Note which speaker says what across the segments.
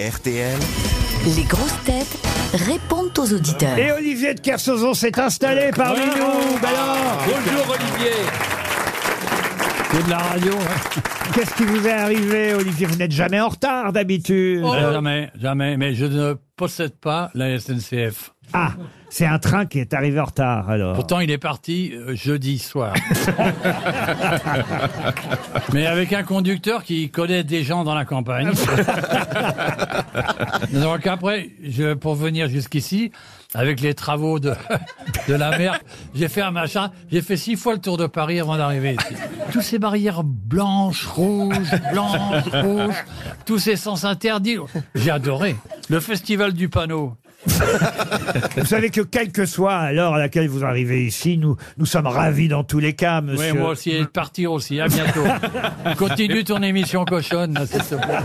Speaker 1: RTL.
Speaker 2: Les grosses têtes répondent aux auditeurs.
Speaker 3: Et Olivier de Kersauzon s'est installé parmi nous. Ben alors,
Speaker 4: Bonjour Olivier
Speaker 5: C'est de la radio. hein.
Speaker 3: Qu'est-ce qui vous est arrivé, Olivier Vous n'êtes jamais en retard d'habitude.
Speaker 5: Jamais, jamais. Mais je ne possède pas la SNCF.
Speaker 3: Ah, c'est un train qui est arrivé en retard alors.
Speaker 5: Pourtant, il est parti euh, jeudi soir. Mais avec un conducteur qui connaît des gens dans la campagne. Donc après, je, pour venir jusqu'ici, avec les travaux de, de la mer, j'ai fait un machin. J'ai fait six fois le tour de Paris avant d'arriver ici. Toutes ces barrières blanches, rouges, blanches, rouges, tous ces sens interdits. J'ai adoré. Le festival du panneau.
Speaker 3: Vous savez que quelle que soit l'heure à laquelle vous arrivez ici, nous, nous sommes ravis dans tous les cas,
Speaker 5: Oui,
Speaker 3: monsieur.
Speaker 5: moi aussi, et de partir aussi. À bientôt. Continue ton émission cochonne, là, s'il te plaît.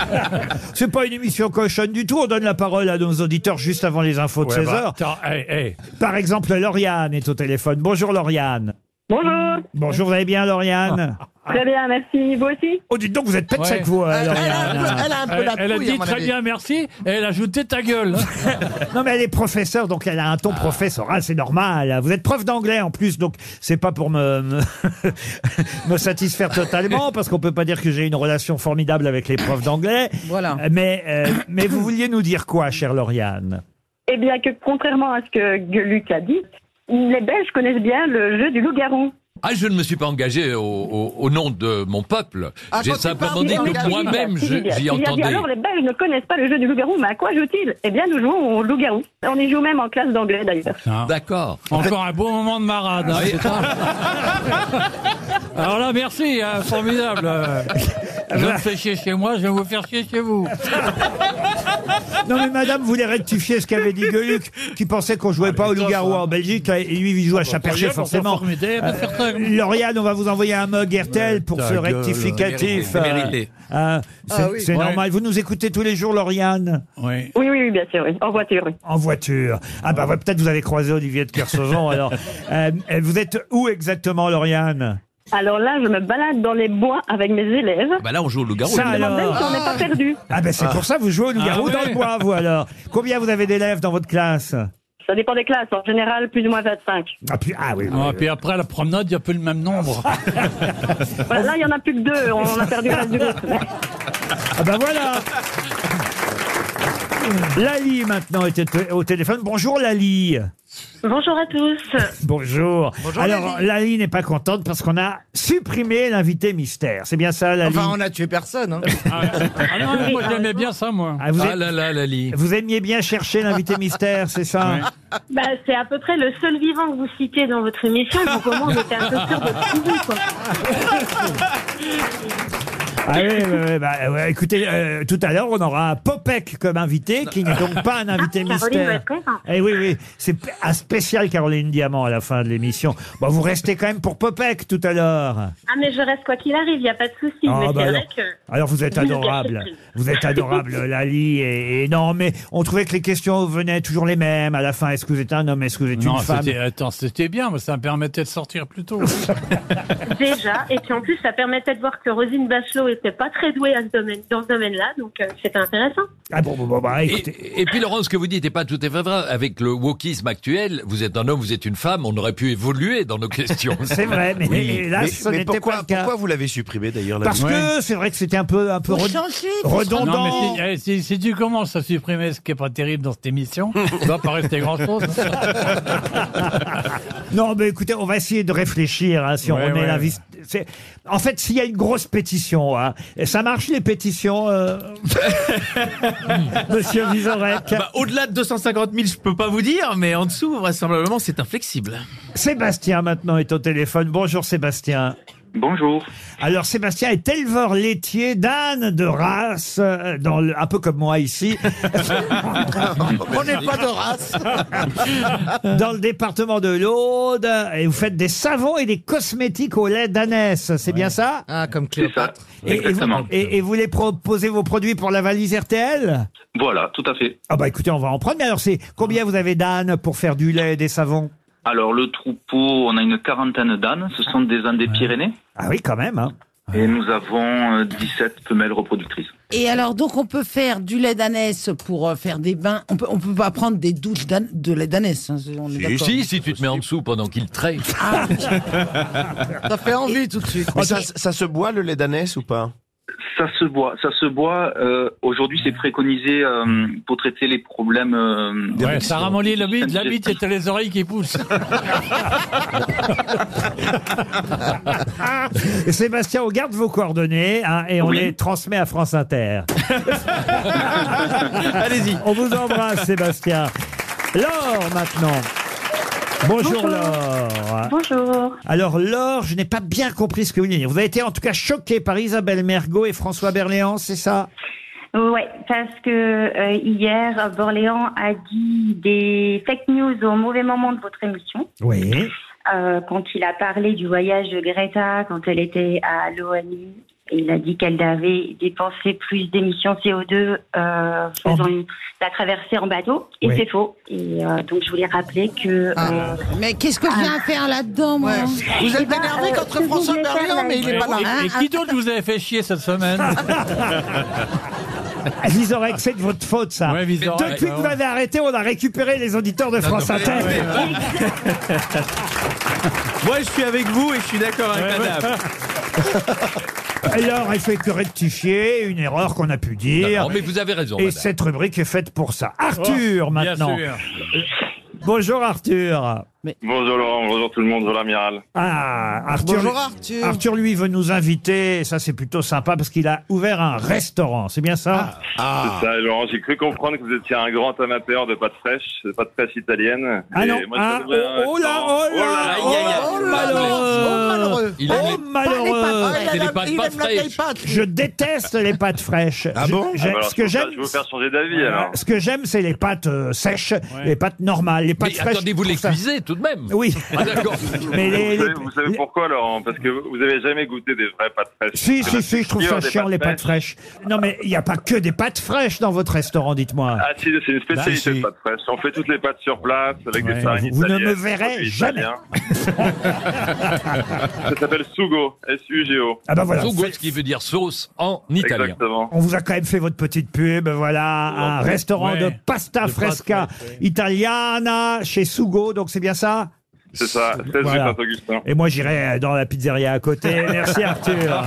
Speaker 3: C'est pas une émission cochonne du tout. On donne la parole à nos auditeurs juste avant les infos de 16
Speaker 5: bah,
Speaker 3: heures.
Speaker 5: attends, hey, hey.
Speaker 3: Par exemple, Lauriane est au téléphone. Bonjour Lauriane.
Speaker 6: Bonjour.
Speaker 3: Bonjour, vous allez bien Lauriane
Speaker 6: Très bien, merci. Vous aussi
Speaker 3: Oh, dites donc, vous êtes pète
Speaker 5: Ouais.
Speaker 3: sec, vous, euh, Lauriane.
Speaker 1: Elle a un peu
Speaker 5: Elle,
Speaker 1: la
Speaker 5: elle a
Speaker 1: trouille, à
Speaker 5: dit
Speaker 1: mon
Speaker 5: très
Speaker 1: avis.
Speaker 5: bien merci et elle a ajouté ta gueule. hein.
Speaker 3: Non, mais elle est professeure, donc elle a un
Speaker 1: Ah.
Speaker 3: ton professoral, c'est normal. Vous êtes prof d'anglais en plus, donc c'est pas pour me, me, me satisfaire totalement, parce qu'on peut pas dire que j'ai une relation formidable avec les profs d'anglais.
Speaker 1: Voilà.
Speaker 3: Mais, euh, mais vous vouliez nous dire quoi, chère Lauriane
Speaker 6: Eh bien, que contrairement à ce que Gu- Luc a dit, les Belges connaissent bien le jeu du loup-garou.
Speaker 4: Ah, je ne me suis pas engagé au, au- au nom de mon peuple.
Speaker 1: Ah,
Speaker 4: J'ai
Speaker 1: quand tu
Speaker 4: simplement
Speaker 1: parles,
Speaker 4: dit
Speaker 6: Il
Speaker 1: oui,
Speaker 6: a
Speaker 4: que
Speaker 6: dit,
Speaker 4: moi-même,
Speaker 6: il a dit,
Speaker 4: je- j'y
Speaker 6: il a dit,
Speaker 4: entendais.
Speaker 6: alors les Belges ne connaissent pas le jeu du loup-garou, mais à quoi joue-t-il Eh bien, nous jouons au loup-garou. On y joue même en classe d'anglais, d'ailleurs.
Speaker 4: Ah. D'accord.
Speaker 5: Encore un beau moment de marade. hein, c'est ça. Alors là, merci, hein, formidable. Euh, Je me fais chier chez moi, je vais vous faire chier chez vous.
Speaker 3: Non, mais madame voulait rectifier ce qu'avait dit Gueluc, qui pensait qu'on
Speaker 1: Ah,
Speaker 3: jouait pas au loup-garou en Belgique, et lui, il joue
Speaker 1: bah,
Speaker 3: à Chapercher, forcément. Euh, Lauriane, on va vous envoyer un mug RTL pour ce rectificatif.
Speaker 4: C'est
Speaker 3: euh,
Speaker 4: mérité.
Speaker 3: euh, c'est
Speaker 1: Ah oui.
Speaker 3: c'est normal. Vous nous écoutez tous les jours, Lauriane
Speaker 5: Oui.
Speaker 6: Oui, oui, oui, bien sûr, oui. En voiture, oui.
Speaker 3: En voiture. Ah bah ouais, peut-être vous avez croisé Olivier de Kersauzon. alors, Euh, vous êtes où exactement, Lauriane
Speaker 6: Alors là, je me balade dans les bois avec mes élèves.
Speaker 4: Bah là, on joue au loup-garou.
Speaker 3: Ça
Speaker 6: Je me demande
Speaker 3: alors.
Speaker 6: si on n'est pas perdu.
Speaker 3: Ah ben c'est pour ça vous jouez au loup-garou
Speaker 5: Ah
Speaker 3: dans
Speaker 5: ouais.
Speaker 3: le bois, vous alors. Combien vous avez d'élèves dans votre classe
Speaker 6: Ça dépend des classes. En général, plus ou moins 25.
Speaker 3: ah, puis, ah oui. oui.
Speaker 5: Ah, puis après, la promenade, il n'y a plus le même nombre.
Speaker 6: Voilà, là, il y en a plus que deux. On a perdu le reste du groupe.
Speaker 3: Ah ben voilà. Lali maintenant était t- au téléphone. Bonjour Lali.
Speaker 6: Bonjour à tous.
Speaker 3: Bonjour. Alors Lali, n'est pas contente parce qu'on a supprimé l'invité mystère. C'est bien ça Lali.
Speaker 1: Enfin, on a tué personne. hein.
Speaker 5: Ah, ah non, moi, j'aimais bien ça, moi.
Speaker 3: Ah, vous,
Speaker 4: Ah
Speaker 3: êtes-
Speaker 4: là là, Lali.
Speaker 3: vous aimiez bien chercher l'invité mystère, c'est ça
Speaker 5: Ouais.
Speaker 7: Bah, c'est à peu près le seul vivant que vous citez dans votre émission, donc au moins on était un peu sûr de le trouver, quoi.
Speaker 3: Ah oui, oui, oui, bah, ouais, écoutez, euh, tout à l'heure, on aura Popek comme invité, qui n'est donc pas un invité
Speaker 7: Ah, Caroline
Speaker 3: mystère.
Speaker 7: Vasquez, hein.
Speaker 3: Eh oui, oui, c'est un spécial Caroline Diamant à la fin de l'émission. Bon, vous restez quand même pour Popek tout à l'heure.
Speaker 7: Ah, mais je reste quoi qu'il arrive, y a pas de souci.
Speaker 3: Ah,
Speaker 7: mais
Speaker 3: bah
Speaker 7: c'est
Speaker 3: alors.
Speaker 7: vrai que.
Speaker 3: Alors, vous êtes adorable. Vous êtes adorable, Lali. Et, et non, mais on trouvait que les questions venaient toujours les mêmes à la fin. Est-ce que vous êtes un homme Est-ce que vous êtes
Speaker 5: Non,
Speaker 3: une femme
Speaker 5: c'était, attends, c'était bien, mais ça me permettait de sortir plus tôt.
Speaker 7: Déjà, et puis en plus, ça permettait de voir que Rosine Bachelot était pas très douée à ce domaine, dans ce domaine-là, donc euh, c'était intéressant.
Speaker 8: euh,
Speaker 3: Ah bon, bon, bon, bah, écoutez.
Speaker 4: Et, et puis Laurent, ce que vous dites n'est pas tout à fait vrai. Avec le wokisme actuel, vous êtes un homme, vous êtes une femme, on aurait pu évoluer dans nos questions.
Speaker 3: C'est vrai, mais hélas,
Speaker 8: mais,
Speaker 3: ce
Speaker 8: mais
Speaker 3: n'était
Speaker 8: pourquoi,
Speaker 3: pas le cas.
Speaker 8: pourquoi vous l'avez supprimé d'ailleurs la
Speaker 3: Parce
Speaker 8: vidéo
Speaker 3: que c'est vrai que c'était un peu, un peu
Speaker 1: Pour
Speaker 3: red-
Speaker 1: changer, pour se
Speaker 3: redondant.
Speaker 5: Ah Non, mais si, eh, si, si tu commences à supprimer ce qui est pas terrible dans cette émission, ça va pas rester grand-chose.
Speaker 3: Non, mais écoutez, on va essayer de réfléchir hein, si on
Speaker 5: Ouais,
Speaker 3: remet
Speaker 5: ouais.
Speaker 3: la vis- c'est- En fait, s'il y a une grosse pétition, hein, et ça marche les pétitions, euh, Monsieur
Speaker 5: Ah
Speaker 3: Vizorek.
Speaker 9: Bah, Au-delà de 250 000, je peux pas vous dire, mais en dessous, vraisemblablement, c'est inflexible.
Speaker 3: Sébastien maintenant est au téléphone. Bonjour Sébastien.
Speaker 10: Bonjour.
Speaker 3: Alors Sébastien est éleveur laitier d'âne de race, euh, dans le- un peu comme moi ici,
Speaker 1: On n'est pas de race.
Speaker 3: dans le département de l'Aude. Et vous faites des savons et des cosmétiques au lait d'ânesse, c'est bien ça
Speaker 1: Ah, comme
Speaker 10: C'est ça.
Speaker 1: Cléopâtre.
Speaker 3: Et- et vous-
Speaker 10: Exactement.
Speaker 3: et- et vous les proposez vos produits pour la valise RTL
Speaker 10: Voilà, tout à fait.
Speaker 3: Ah bah écoutez, on va en prendre. Mais alors, c'est combien vous avez d'ânes pour faire du lait et des savons
Speaker 10: Alors, le troupeau, on a une quarantaine d'ânes. Ce sont des ânes des Pyrénées.
Speaker 3: Ah oui, quand même. Hein.
Speaker 10: Et nous avons euh, 17 femelles reproductrices.
Speaker 8: Et alors, donc, on peut faire du lait d'ânesse pour euh, faire des bains. On peut, on peut pas prendre des douches d'âne- de lait d'ânesse. hein, on est
Speaker 4: Si,
Speaker 8: d'accord.
Speaker 4: si, si tu te mets en dessous pendant qu'il traite.
Speaker 8: Ça fait envie tout de suite.
Speaker 11: Mais ça, ça se boit le lait d'ânesse ou pas
Speaker 10: Ça se boit, ça se boit. euh, Aujourd'hui, c'est préconisé euh, pour traiter les problèmes. euh,
Speaker 5: Ouais, ça ramollit le bide, la bite, c'était les oreilles qui poussent.
Speaker 3: Et Sébastien, on garde vos coordonnées hein, et on
Speaker 5: Oui.
Speaker 3: les transmet à France Inter. Allez-y. On vous embrasse, Sébastien. Laure, maintenant. Bonjour,
Speaker 7: Bonjour.
Speaker 3: Laure.
Speaker 7: Bonjour.
Speaker 3: Alors, Laure, je n'ai pas bien compris ce que vous vouliez dire. Vous avez été en tout cas choquée par Isabelle Mergot et François Berléand, c'est ça
Speaker 12: Ouais, parce que euh, hier, Borléans a dit des fake news au mauvais moment de votre émission.
Speaker 3: Oui.
Speaker 12: Euh, quand il a parlé du voyage de Greta, quand elle était à l'ONU, il a dit qu'elle avait dépensé plus d'émissions CO2 euh, faisant une- la traversée en bateau. Et
Speaker 8: Oui.
Speaker 12: c'est faux. Et euh, donc, je voulais rappeler que... euh,
Speaker 8: Mais qu'est-ce que je viens faire là-dedans, moi
Speaker 12: Vous êtes énervé
Speaker 8: contre François Berléand, mais il est pas là.
Speaker 5: Et, et qui d'autre vous avez fait chier cette semaine
Speaker 3: Visorek, c'est de votre faute, ça.
Speaker 5: Vizorek,
Speaker 3: Depuis
Speaker 5: ouais,
Speaker 3: que vous
Speaker 5: ouais.
Speaker 3: m'avez arrêté, on a récupéré les auditeurs de France Inter.
Speaker 9: Moi, je suis avec vous et je suis d'accord avec madame.
Speaker 3: Alors, il fait que rectifier une erreur qu'on a pu dire.
Speaker 4: D'accord, bah, mais vous avez raison,
Speaker 3: euh, Et
Speaker 4: madame.
Speaker 3: cette rubrique est faite pour ça. Arthur,
Speaker 13: Oh, bien
Speaker 3: maintenant.
Speaker 13: sûr.
Speaker 3: Euh, Bonjour, Arthur.
Speaker 13: Bonjour Laurent, bonjour tout le monde, bonjour l'amiral.
Speaker 3: Ah, Arthur.
Speaker 13: Bonjour, Arthur.
Speaker 3: Arthur, lui, veut nous inviter. Ça, c'est plutôt sympa parce qu'il a ouvert un restaurant. C'est bien
Speaker 13: Ah,
Speaker 3: ça Ah.
Speaker 13: C'est ça, Laurent, j'ai cru comprendre que vous étiez un grand amateur de pâte fraîche, de pâte fraîche italienne.
Speaker 3: Ah
Speaker 13: Et
Speaker 3: non,
Speaker 13: moi,
Speaker 3: ah,
Speaker 13: j'aimerais
Speaker 3: oh,
Speaker 13: un
Speaker 3: oh là, oh là,
Speaker 13: restaurant.
Speaker 3: oh, malheureux.
Speaker 13: Il aime les-
Speaker 3: Oh, malheureux.
Speaker 13: Ah, il aime la- il aime la vieille pâte.
Speaker 3: Je déteste les pâtes fraîches. Je-
Speaker 13: Ah
Speaker 3: je-
Speaker 13: bah alors,
Speaker 3: Ce que
Speaker 13: c'est pour ça,
Speaker 3: j'aime,
Speaker 13: Je vais vous faire changer d'avis alors.
Speaker 3: ce que j'aime, c'est les pâtes euh, sèches, les pâtes normales, les pâtes
Speaker 13: Mais
Speaker 3: fraîches.
Speaker 13: attendez, vous
Speaker 3: je
Speaker 13: les
Speaker 3: trouve ça-
Speaker 13: cuisez tout de même
Speaker 3: Oui.
Speaker 13: Ah, d'accord.
Speaker 3: Mais les- les-
Speaker 13: vous, savez, vous savez pourquoi, Laurent Parce que vous n'avez jamais goûté des vraies pâtes fraîches.
Speaker 3: Si,
Speaker 13: Parce que
Speaker 3: si,
Speaker 13: la
Speaker 3: si, je trouve ça
Speaker 13: texture des
Speaker 3: chiant, les pâtes fraîches. Non, mais il n'y a pas que des pâtes fraîches dans votre restaurant, dites-moi.
Speaker 13: Ah si, c'est une
Speaker 3: Bah,
Speaker 13: spécialité
Speaker 3: si.
Speaker 13: de pâtes fraîches. On fait toutes les pâtes sur place avec
Speaker 3: Ouais,
Speaker 13: des farines
Speaker 3: vous ne
Speaker 13: italiennes,
Speaker 3: me verrez
Speaker 13: produits
Speaker 3: jamais.
Speaker 13: italiens. Ça s'appelle Sugo, S-U-G-O.
Speaker 3: Ah bah voilà.
Speaker 4: Sugo, ce qui veut dire sauce en italien.
Speaker 13: Exactement.
Speaker 3: On vous a quand même fait votre petite pub, voilà, un
Speaker 4: Ouais.
Speaker 3: restaurant de pasta
Speaker 4: De pâtes
Speaker 3: fresca italiana chez Sugo, donc c'est bien ça
Speaker 13: C'est ça, 16 rue
Speaker 3: Voilà.
Speaker 13: Saint-Augustin.
Speaker 3: euh, Et moi j'irai dans la pizzeria à côté. Merci Arthur.